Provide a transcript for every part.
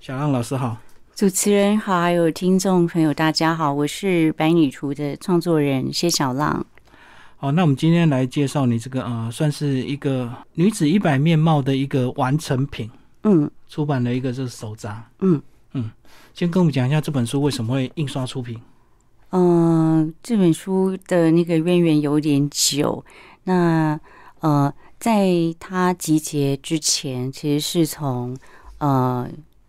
小浪老师好，主持人好，还有听众朋友大家好，我是百女图的创作人谢小浪。好，那我们今天来介绍你这个呃，算是一个女子一百面貌的一个完成品，嗯出版了一个就是手札。嗯先跟我们讲一下这本书为什么会印刷出品。嗯、呃这本书的那个渊源有点久，那呃，在它集结之前，其实是从呃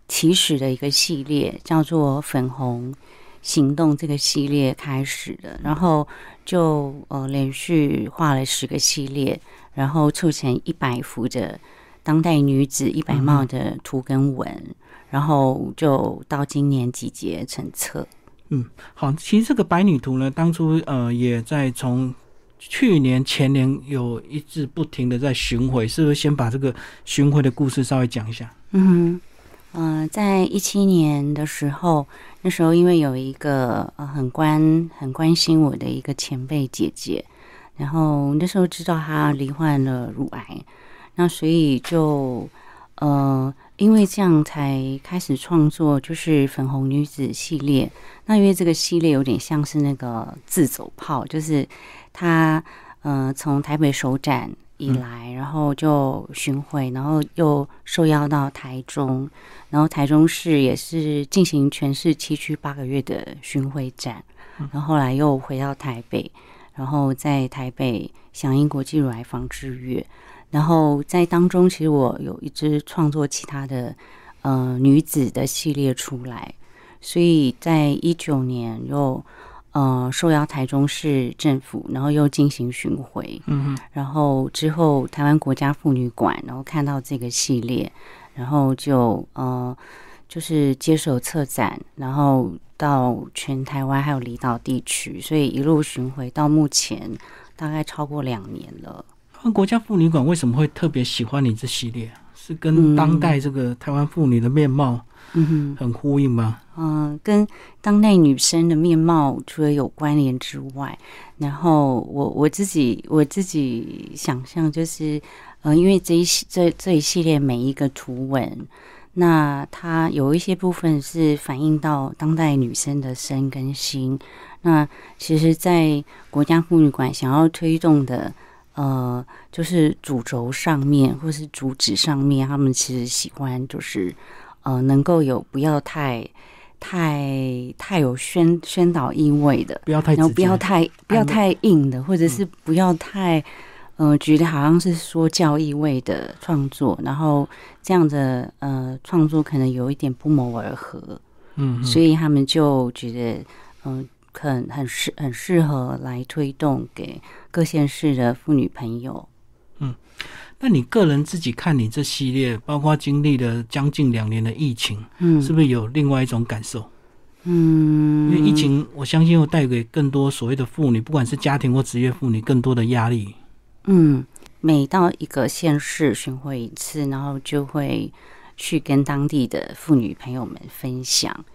起始的一个系列叫做“粉红行动”这个系列开始的，然后就呃连续画了十个系列，然后凑成一百幅的当代女子一百帽的图跟文，然后就到今年集结成册。好，其实这个《百女图》呢，当初呃也在从去年前年有一直不停的在巡回，是不是先把这个巡回的故事稍微讲一下？嗯哼，呃，在一七年的时候，那时候因为有一个呃很关很关心我的一个前辈姐姐，然后那时候知道她罹患了乳癌，那所以就呃因为这样才开始创作，就是粉红女子系列。那因为这个系列有点像是那个自走炮，就是她呃从台北首展以来，然后就巡回，然后又受邀到台中，然后台中市也是进行全市七区八个月的巡回展，然后后来又回到台北，然后在台北响应国际乳癌防治月，然后在当中其实我有一支创作其他的呃女子的系列出来，所以在一九年又。呃，受邀台中市政府，然后又进行巡回，嗯然后之后台湾国家妇女馆，然后看到这个系列，然后就呃就是接手策展，然后到全台湾还有离岛地区，所以一路巡回到目前大概超过两年了。哼，国家妇女馆为什么会特别喜欢你这系列？是跟当代这个台湾妇女的面貌嗯哼。很呼应吗？嗯、跟当代女生的面貌除了有关联之外，然后我我自己我自己想象就是，呃，因为这一系这这一系列每一个图文，那它有一些部分是反映到当代女生的身跟心。那其实，在国家妇女馆想要推动的，呃，就是主轴上面或是主旨上面，他们其实喜欢就是，呃，能够有不要太。太太有宣宣导意味的，不要太直然后接，嗯不要太不要太硬的，或者是不要太，呃，觉得好像是说教意味的创作，然后这样的呃创作可能有一点不谋而合，嗯，所以以他们就觉得，嗯、很很适很适合来推动给各县市的妇女朋友。那你个人自己看你这系列，包括经历了将近两年的疫情，嗯，是不是有另外一种感受？因嗯，为疫情，我相信又带给更多所谓的妇女，不管是家庭或职业妇女，更多的压力。嗯，每到一个县市巡回一次，然后就会去跟当地的妇女朋友们分享。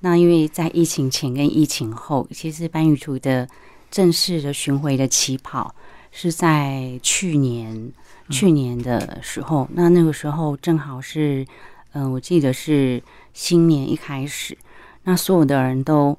那因为在疫情前跟疫情后，其实班宇图的正式的巡回的起跑是在去年，去年的时候，那那个时候正好是，嗯、我记得是新年一开始，那所有的人都，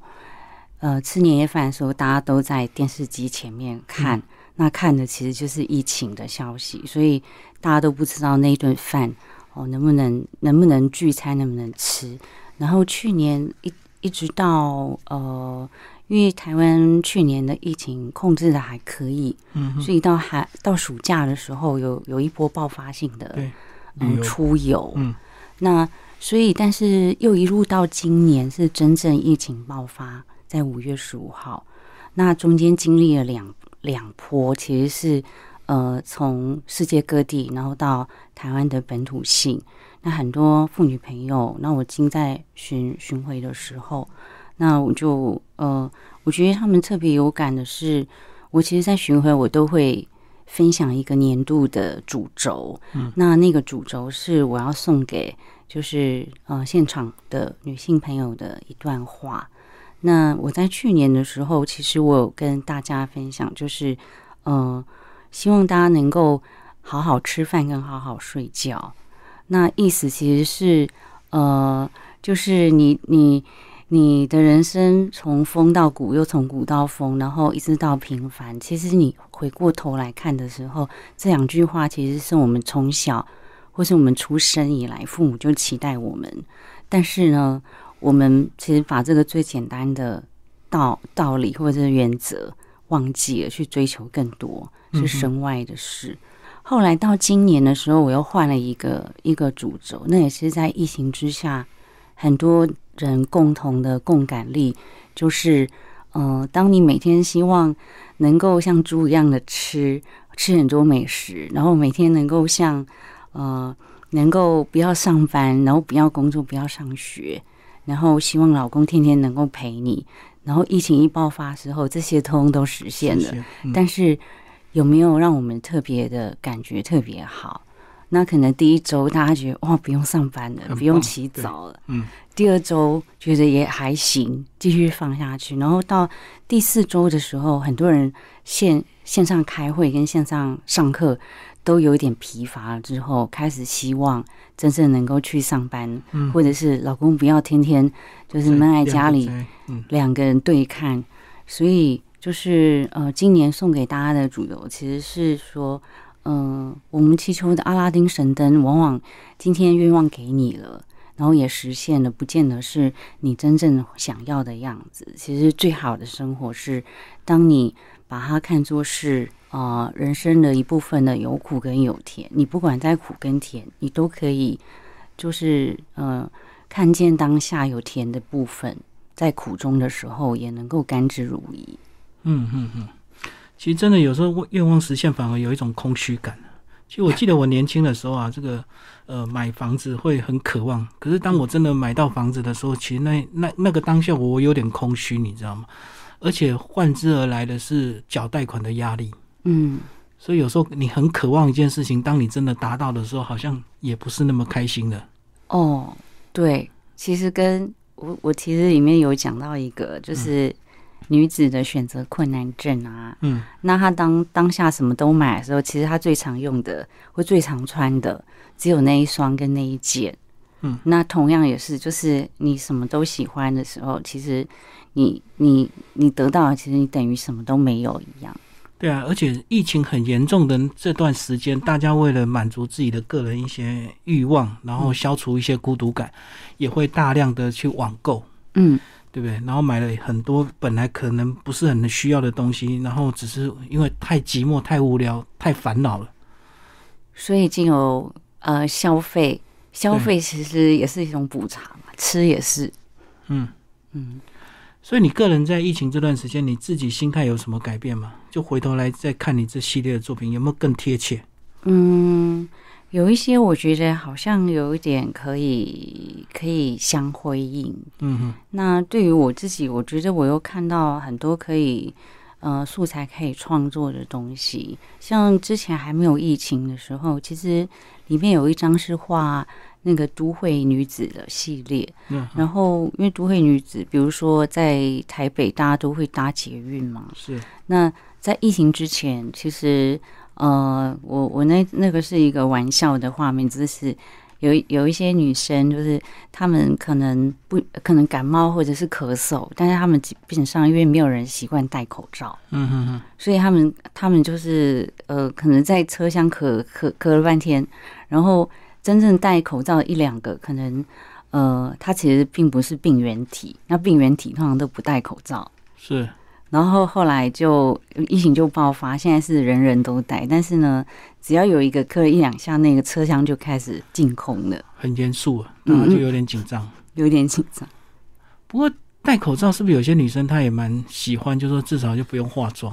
呃，吃年夜饭的时候，大家都在电视机前面看，那看的其实就是疫情的消息，所以大家都不知道那一顿饭哦能不能能不能聚餐，能不能吃。然后去年一一直到呃，因为台湾去年的疫情控制的还可以，嗯哼，所以到寒到暑假的时候有有一波爆发性的对旅嗯游出游，嗯那所以但是又一路到今年是真正疫情爆发，在五月十五号，那中间经历了两两波，其实是呃从世界各地，然后到台湾的本土性，那很多妇女朋友，那我经在巡巡回的时候，那我就呃，我觉得他们特别有感的是，我其实，在巡回我都会分享一个年度的主轴，嗯、那那个主轴是我要送给就是呃现场的女性朋友的一段话。那我在去年的时候，其实我有跟大家分享，就是呃，希望大家能够好好吃饭跟好好睡觉。那意思其实是呃，就是你你你的人生从风到谷，又从谷到风，然后一直到平凡。其实你回过头来看的时候，这两句话其实是我们从小或是我们出生以来，父母就期待我们。但是呢，我们其实把这个最简单的道道理或者是原则忘记了，去追求更多嗯是哼身外的事。后来到今年的时候，我又换了一个一个主轴，那也是在疫情之下，很多人共同的共感力，就是，呃，当你每天希望能够像猪一样的吃吃很多美食，然后每天能够像，呃，能够不要上班，然后不要工作，不要上学，然后希望老公天天能够陪你，然后疫情一爆发之后，这些通通都实现了。谢谢嗯但是有没有让我们特别的感觉特别好？那可能第一周大家觉得哇，不用上班了，棒不用起早了。嗯，第二周觉得也还行，继续放下去。然后到第四周的时候，很多人线线上开会跟线上上课都有一点疲乏了，之后开始希望真正能够去上班，嗯或者是老公不要天天就是闷在家里，嗯，两个人对看，所以就是呃，今年送给大家的主流其实是说，嗯、我们祈求的阿拉丁神灯，往往今天愿望给你了，然后也实现了，不见得是你真正想要的样子。其实最好的生活是，当你把它看作是。啊、人生的一部分的有苦跟有甜，你不管在苦跟甜，你都可以，就是呃，看见当下有甜的部分，在苦中的时候也能够甘之如饴。嗯嗯嗯，其实真的有时候愿望实现反而有一种空虚感。其实我记得我年轻的时候啊，这个呃买房子会很渴望，可是当我真的买到房子的时候，其实那那那个当下我有点空虚，你知道吗？而且换之而来的是缴贷款的压力，嗯，所以有时候你很渴望一件事情，当你真的达到的时候，好像也不是那么开心的。哦，对，其实跟我我其实里面有讲到一个，就是女子的选择困难症啊。嗯，那她当当下什么都买的时候，其实她最常用的或最常穿的只有那一双跟那一件。嗯，那同样也是，就是你什么都喜欢的时候，其实你你你得到的，其实你等于什么都没有一样。对啊，而且疫情很严重的这段时间，大家为了满足自己的个人一些欲望，然后消除一些孤独感，也会大量的去网购，嗯，对不对？然后买了很多本来可能不是很需要的东西，然后只是因为太寂寞、太无聊、太烦恼了。所以经由呃消费，消费其实也是一种补偿，啊吃也是，嗯，嗯，所以你个人在疫情这段时间，你自己心态有什么改变吗？就回头来再看你这系列的作品，有没有更贴切？嗯，有一些我觉得好像有一点可以可以相辉映。嗯哼，那对于我自己，我觉得我又看到很多可以呃素材可以创作的东西。像之前还没有疫情的时候，其实里面有一张是画那个都会女子的系列，嗯哼，然后，因为都会女子，比如说在台北，大家都会搭捷运嘛。是，那在疫情之前，其实呃，我我那那个是一个玩笑的画面，就是有一有一些女生，就是她们可能不可能感冒或者是咳嗽，但是她们基本上因为没有人习惯戴口罩，嗯哼哼，所以他们他们就是呃，可能在车厢咳咳咳了半天，然后真正戴口罩一两个，可能呃，他其实并不是病原体，那病原体通常都不戴口罩。是，然后后来就疫情就爆发，现在是人人都戴，但是呢，只要有一个咳了一两下，那个车厢就开始净空了，很严肃啊，大家就有点紧张。有点紧张。不过戴口罩是不是有些女生她也蛮喜欢，就说至少就不用化妆，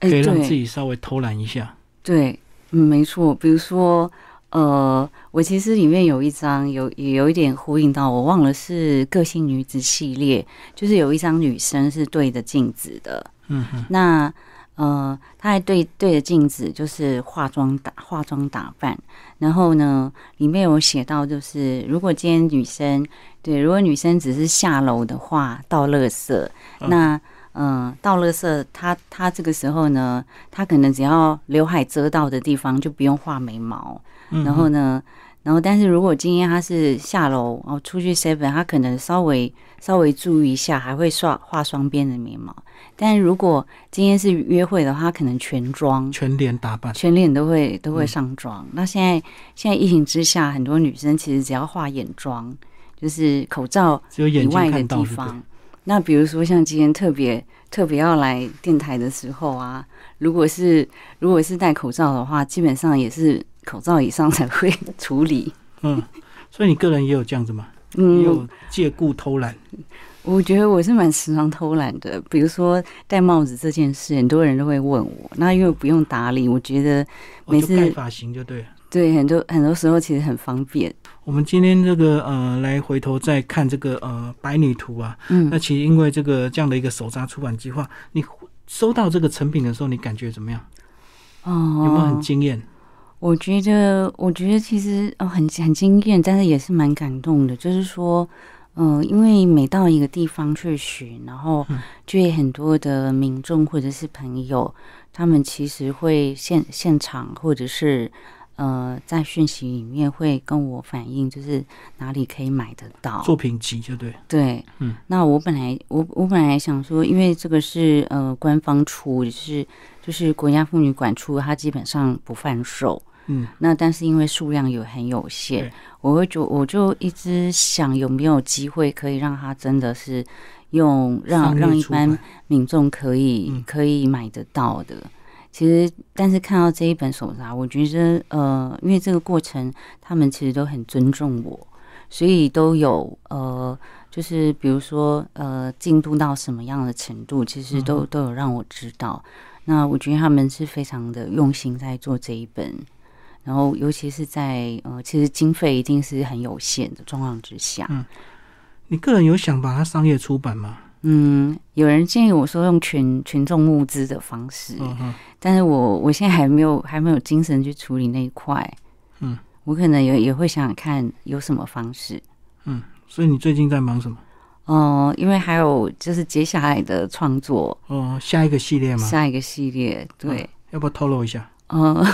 可哎，以对。让自己稍微偷懒一下。对，嗯，没错。比如说，呃，我其实里面有一张有也有一点呼应到，我忘了是个性女子系列，就是有一张女生是对着镜子的，嗯哼，那呃，她还对对着镜子就是化妆打化妆打扮，然后呢，里面有写到就是如果今天女生对，如果女生只是下楼的话倒垃圾，嗯那嗯、呃倒垃圾，她她这个时候呢，她可能只要刘海遮到的地方就不用画眉毛，嗯哼然后呢，然后，但是如果今天他是下楼哦出去 seven，他可能稍微稍微注意一下，还会刷画双边的眉毛。但如果今天是约会的话，他可能全妆全嗯脸打扮，全脸都会都会上妆。那现在现在疫情之下，很多女生其实只要化眼妆，就是口罩只有以眼外睛的看到地就对了方。那比如说像今天特别特别要来电台的时候啊，如果是如果是戴口罩的话，基本上也是口罩以上才会 处理。嗯，所以你个人也有这样子嘛？也嗯，有借故偷懒，我觉得我是蛮时常偷懒的。比如说戴帽子这件事，很多人都会问我，那因为不用打理，我觉得我每哦就次盖发型就对了。对很多很多时候其实很方便。我们今天这个呃，来回头再看这个呃《白女图》啊，嗯那，其实因为这个这样的一个手札出版计划，你收到这个成品的时候，你感觉怎么样？有没有哦很，惊艳？我觉得，我觉得其实哦，很很惊艳，但是也是蛮感动的。就是说，嗯、因为每到一个地方去寻，然后嗯就有很多的民众或者是朋友，他们其实会现现场或者是呃在讯息里面会跟我反映，就是哪里可以买得到。作品集就对，对，嗯，那我本来我我本来想说，因为这个是呃官方出，就是就是国家妇女馆出，它基本上不贩售。嗯，那但是因为数量有很有限对，我会就我就一直想有没有机会可以让它真的是用让商业让一出版般民众可以、嗯可以买得到的。其实，但是看到这一本手札，我觉得呃，因为这个过程，他们其实都很尊重我，所以都有呃，就是比如说呃，进度到什么样的程度，其实都、都有让我知道。那我觉得他们是非常的用心在做这一本，然后尤其是在呃，其实经费一定是很有限的状况之下，你个人有想把它商业出版吗？嗯，有人建议我说用群群众募资的方式，嗯嗯，但是我我现在还没有还没有精神去处理那一块，嗯，我可能也也会想想看有什么方式。所以你最近在忙什么？哦、因为还有就是接下来的创作，哦，下一个系列吗？下一个系列，对，要不要透露一下？嗯，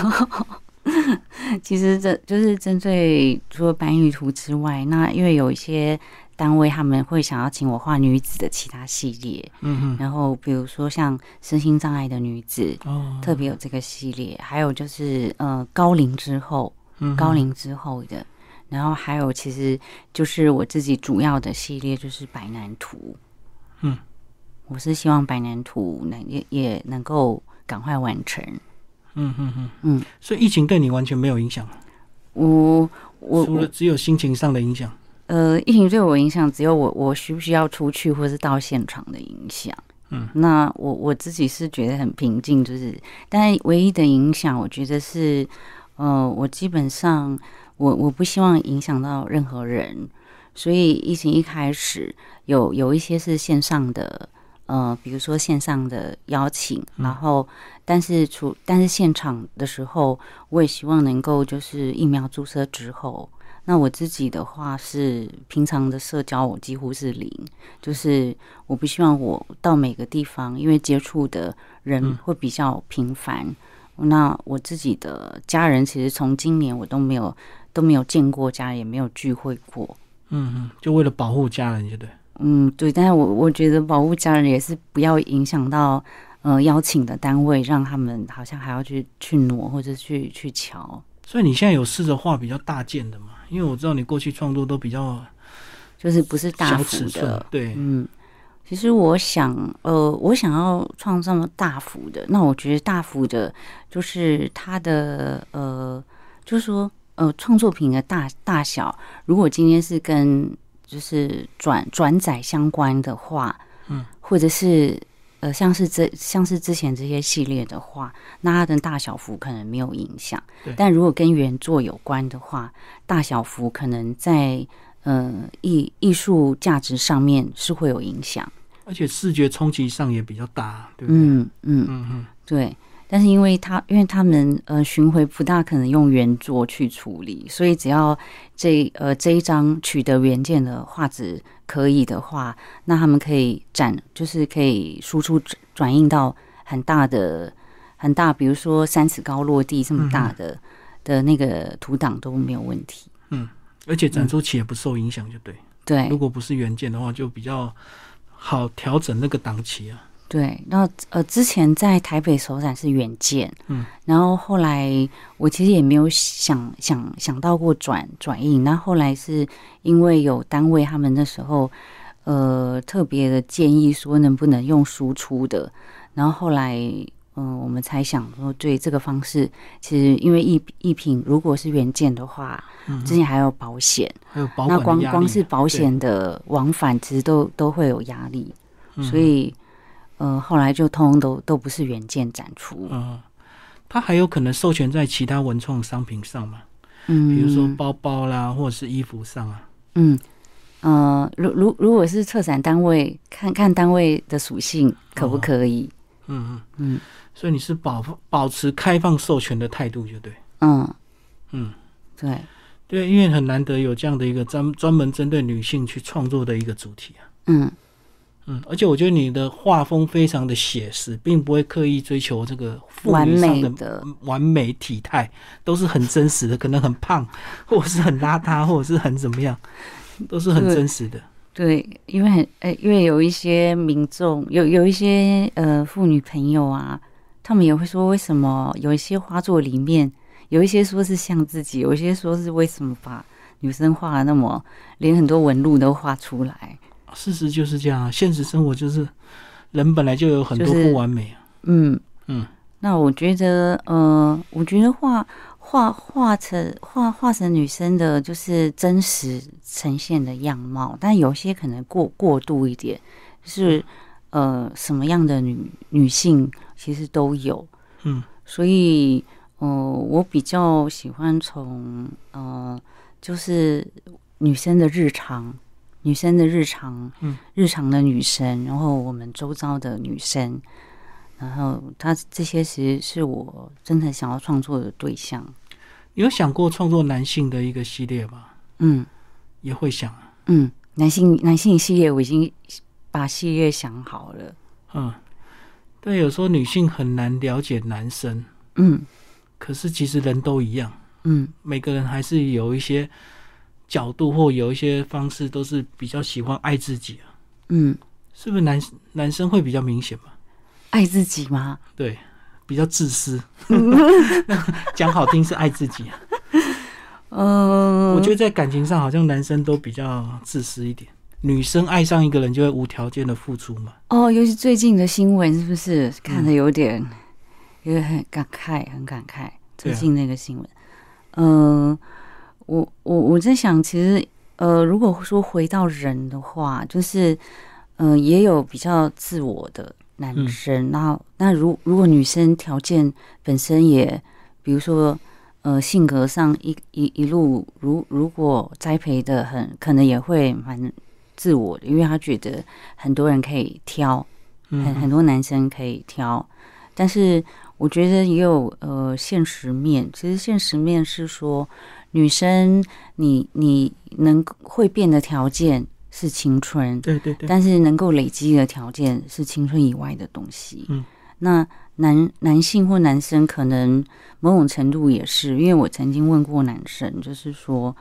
其实这就是针对除了班玉图之外，那因为有一些单位他们会想要请我画女子的其他系列，嗯然后比如说像身心障碍的女子，嗯，哦，特别有这个系列，还有就是呃高龄之后，嗯高，龄之后的，然后还有其实就是我自己主要的系列就是百男图，嗯，我是希望百男图能也也能够赶快完成。嗯嗯嗯嗯，所以疫情对你完全没有影响，我我除了我只有心情上的影响。呃，疫情对我影响只有我我需不需要出去或是到现场的影响。嗯，那我我自己是觉得很平静，就是，但唯一的影响，我觉得是，呃，我基本上我我不希望影响到任何人，所以疫情一开始有有一些是线上的，呃，比如说线上的邀请，嗯然后但是除但是现场的时候，我也希望能够就是疫苗注射之后，那我自己的话是平常的社交我几乎是零，就是我不希望我到每个地方，因为接触的人嗯会比较频繁。那我自己的家人其实从今年我都没有都没有见过家人，也没有聚会过。嗯嗯，就为了保护家人，就对。嗯，对，但是我我觉得保护家人也是不要影响到呃邀请的单位，让他们好像还要去去挪或者去去瞧。所以你现在有试着画比较大件的嘛？因为我知道你过去创作都比较就是不是大小幅尺寸的，，对，嗯，其实我想，呃，我想要创这么大幅的，那我觉得大幅的，就是它的呃，就是说呃，创作品的大大小，如果今天是跟就是转转载相关的话，嗯，或者是。呃，像是这像是之前这些系列的话，那它的大小幅可能没有影响对。但如果跟原作有关的话，大小幅可能在呃艺艺术价值上面是会有影响。而且视觉冲击上也比较大，对不对？嗯嗯，嗯嗯，对。但是因为他因为他们呃巡回不大可能用原作去处理，所以只要这呃这一张取得原件的画质可以的话，那他们可以展就是可以输出转转印到很大的很大，比如说三尺高落地这么大的、的那个图档都没有问题。嗯而且展出期也不受影响，就对。对如果不是原件的话，就比较好调整那个档期啊。对，然后呃，之前在台北首展是远见，嗯，然后后来我其实也没有想想想到过转转印，那后来是因为有单位他们那时候呃特别的建议说能不能用输出的，然后后来嗯、呃我们才想说对这个方式，其实因为艺艺品如果是原件的话，之前还有保险，还有嗯保管那的光压力啊光是保险的往返，其实都都会有压力，嗯所以呃，后来就通通都都不是原件展出，嗯，它还有可能授权在其他文创商品上嘛，嗯，比如说包包啦，或者是衣服上啊。嗯。呃，如如如果是策展单位，看看单位的属性可哦不可以？嗯嗯，嗯所以你是保保持开放授权的态度，就对。嗯嗯，对对，因为很难得有这样的一个专专门针对女性去创作的一个主题啊。嗯嗯，而且我觉得你的画风非常的写实，并不会刻意追求这个妇完女上美的的完美体态，都是很真实的，可能很胖，或者是很邋遢，或者是很怎么样，都是很对真实的。对，因为很呃，因为有一些民众有有一些呃妇女朋友啊，他们也会说为什么有一些画作里面有一些说是像自己，有一些说是为什么把女生画得那么连很多纹路都画出来，事实就是这样啊，现实生活就是人本来就有很多就是不完美啊。嗯嗯，那我觉得呃，我觉得画画画成画画成女生的就是真实呈现的样貌，但有些可能过过度一点，就是嗯呃什么样的女女性其实都有，嗯，所以呃我比较喜欢从呃就是女生的日常。女生的日常，嗯，日常的女生，然后我们周遭的女生，然后他这些其实是我真的想要创作的对象。你有想过创作男性的一个系列吗？嗯也会想啊，嗯，男性男性系列我已经把系列想好了。嗯，对，有时候女性很难了解男生，嗯可是其实人都一样，嗯每个人还是有一些角度或有一些方式都是比较喜欢爱自己、啊，嗯，是不是男男生会比较明显嘛？爱自己吗？对，比较自私， 讲好听是爱自己、啊，嗯、我觉得在感情上好像男生都比较自私一点，女生爱上一个人就会无条件的付出嘛。哦，尤其最近的新闻是不是看的嗯有点、有点很感慨，很感慨。最对啊近那个新闻，嗯、我我我在想，其实呃，如果说回到人的话，就是呃，也有比较自我的男嗯生，那那如如果女生条件本身也，比如说。呃，性格上一一一路，如如果栽培的很，可能也会蛮自我的，因为他觉得很多人可以挑，很很嗯，多男生可以挑，但是我觉得也有呃现实面。其实现实面是说，女生你你能会变的条件是青春，对对对，但是能够累积的条件是青春以外的东西。嗯，那男男性或男生可能某种程度也是，因为我曾经问过男生，就是说，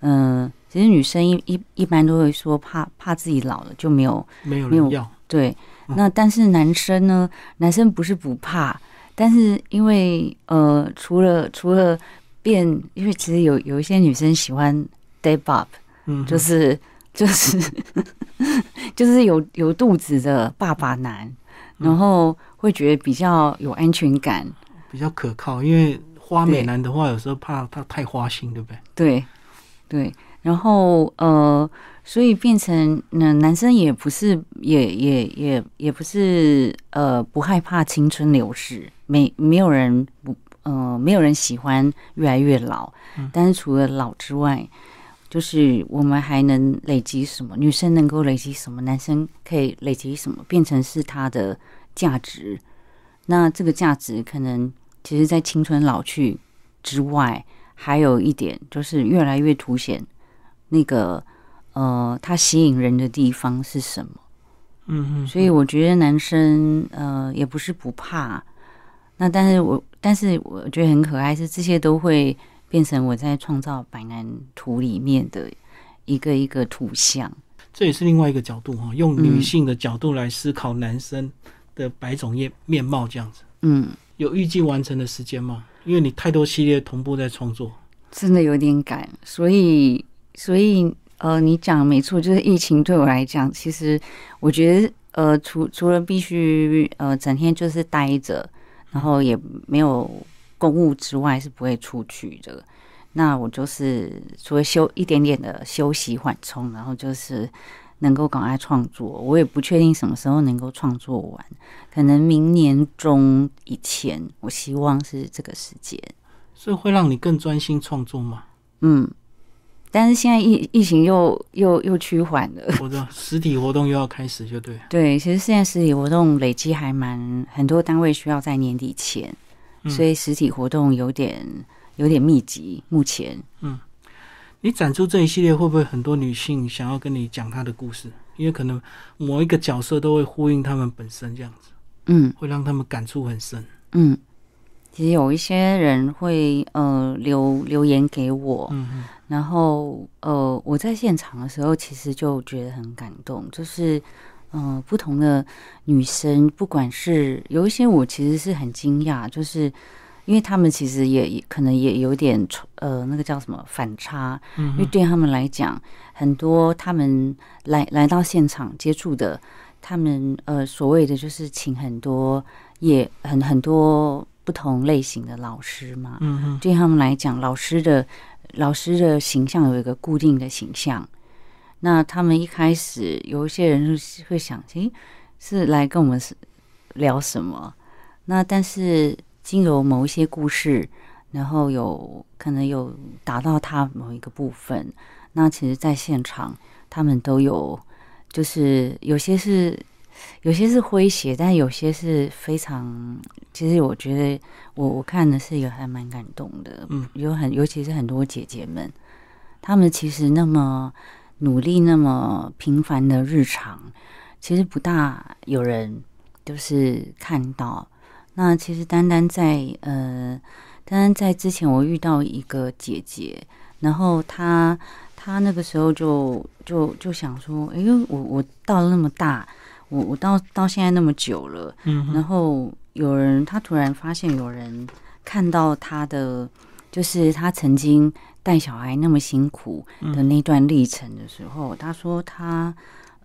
嗯、其实女生一一一般都会说怕怕自己老了就没有没有没有人要，对，嗯那但是男生呢？男生不是不怕，但是因为呃，除了除了变，因为其实有有一些女生喜欢 day bob，嗯，就是、就是 就是有有肚子的爸爸男，嗯然后会觉得比较有安全感。比较可靠，因为花美对男的话，有时候怕他太花心，对不对？对，对，然后呃，所以变成那、男生也不是，也也也也不是呃不害怕青春流逝，没没有人不呃没有人喜欢越来越老，但是除了老之外。就是我们还能累积什么？女生能够累积什么？男生可以累积什么？变成是他的价值。那这个价值可能其实，在青春老去之外，还有一点就是越来越凸显那个呃，它吸引人的地方是什么。嗯嗯，所以我觉得男生呃也不是不怕，那但是我但是我觉得很可爱是这些都会变成我在创造百南图里面的一个一个图像。这也是另外一个角度哈，用女性的角度来思考男生的百种面面貌这样子。嗯，有预计完成的时间吗？因为你太多系列同步在创作，真的有点赶，所以所以呃，你讲没错，就是疫情对我来讲，其实我觉得呃，除除了必须呃整天就是待着，然后也没有公务之外，是不会出去的。那我就是除了休一点点的休息缓冲，然后就是能够赶快创作。我也不确定什么时候能够创作完，可能明年中以前，我希望是这个时间。所以会让你更专心创作吗？嗯，但是现在疫疫情又又又趋缓 了。我知道实体活动又要开始，就对了。对，其实现在实体活动累积还蛮很多单位需要在年底前，嗯所以实体活动有点有点密集。目前你展出这一系列，会不会很多女性想要跟你讲她的故事？因为可能某一个角色都会呼应她们本身，这样子嗯，会让她们感触很深。嗯，其实有一些人会呃留留言给我，嗯嗯然后呃我在现场的时候，其实就觉得很感动，就是呃不同的女生，不管是有一些我其实是很惊讶，就是。因为他们其实也也可能也有点呃，那个叫什么反差，嗯因为哼，对他们来讲，很多他们来来到现场接触的，他们呃所谓的就是请很多也很很多不同类型的老师嘛。嗯哼，对他们来讲，老师的老师的形象有一个固定的形象。那他们一开始有一些人是会想，诶，是来跟我们是聊什么？那但是经由某一些故事，然后有可能有达到他某一个部分。那其实，在现场他们都有，就是有些是有些是诙谐，但有些是非常。其实我觉得我我看的是也还蛮感动的，嗯，有很尤其是很多姐姐们，她们其实那么努力、那么平凡的日常，其实不大有人就是看到。那其实单单在呃，单单在之前，我遇到一个姐姐，然后她她那个时候就就就想说，哎呦，我我到了那么大，我我到到现在那么久了，嗯哼，然后有人，他突然发现有人看到他的，就是他曾经带小孩那么辛苦的那段历程的时候，他说他，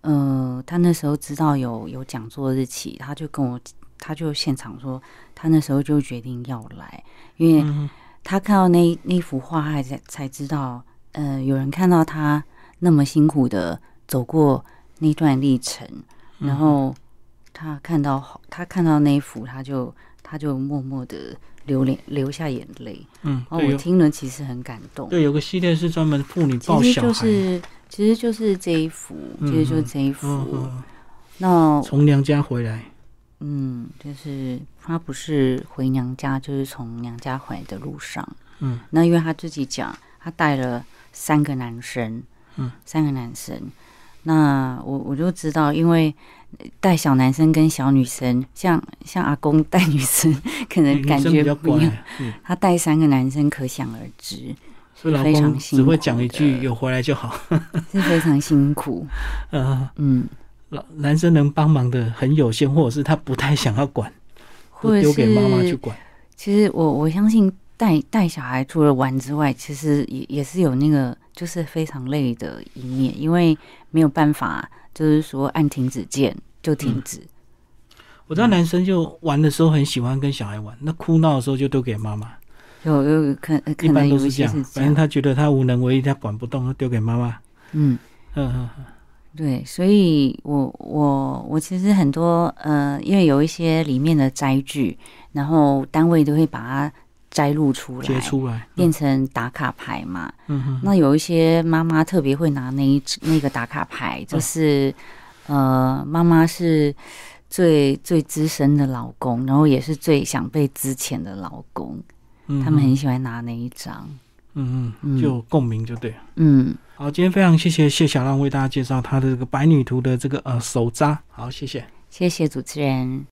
呃，他那时候知道有有讲座日期，他就跟我，他就现场说，他那时候就决定要来，因为嗯哼，他看到那那幅画，他才才知道，呃，有人看到他那么辛苦的走过那段历程，嗯然后他看到好，他看到那一幅，他就他就默默的流泪，流下眼泪。嗯，哦，对我有听了其实很感动。对有个系列是专门妇女抱其实小孩，就是其实就是这一幅，嗯其实就是这一幅。嗯嗯，那从娘家回来，嗯，就是他不是回娘家，就是从娘家回来的路上。嗯，那因为他自己讲，他带了三个男生，嗯，三个男生。那我我就知道，因为带小男生跟小女生，像像阿公带女生，可能女感生觉比较不乖一样。，嗯，他带三个男生，可想而知所以老非公常辛只苦会讲一句的“有回来就好是非常辛苦。”，呃， 嗯，老男生能帮忙的很有限，或者是他不太想要管，或都者丢给妈妈是去管。其实我我相信带带小孩除了玩之外，其实也也是有那个就是非常累的一面，因为没有办法，就是说按停止键就停止。嗯我知道男生就玩的时候很喜欢跟小孩玩，那哭闹的时候就丢给妈妈，有有可呃可一能般都有是一这些样。是这反正样，他觉得他无能为力，他管不动，就丢给妈妈。嗯，嗯嗯嗯对，所以我我我其实很多呃，因为有一些里面的摘句，然后单位都会把它摘录出来，接出来。嗯变成打卡牌嘛。嗯嗯那有一些妈妈特别会拿那一那个打卡牌，就是、呃，妈妈是最最资深的老公，然后也是最想被之前的老公，嗯，他们很喜欢拿那一张。嗯嗯嗯就有共鸣就对了。嗯，好，今天非常谢谢谢小浪为大家介绍他的这个白女图的这个呃手札。好，谢谢。谢谢主持人。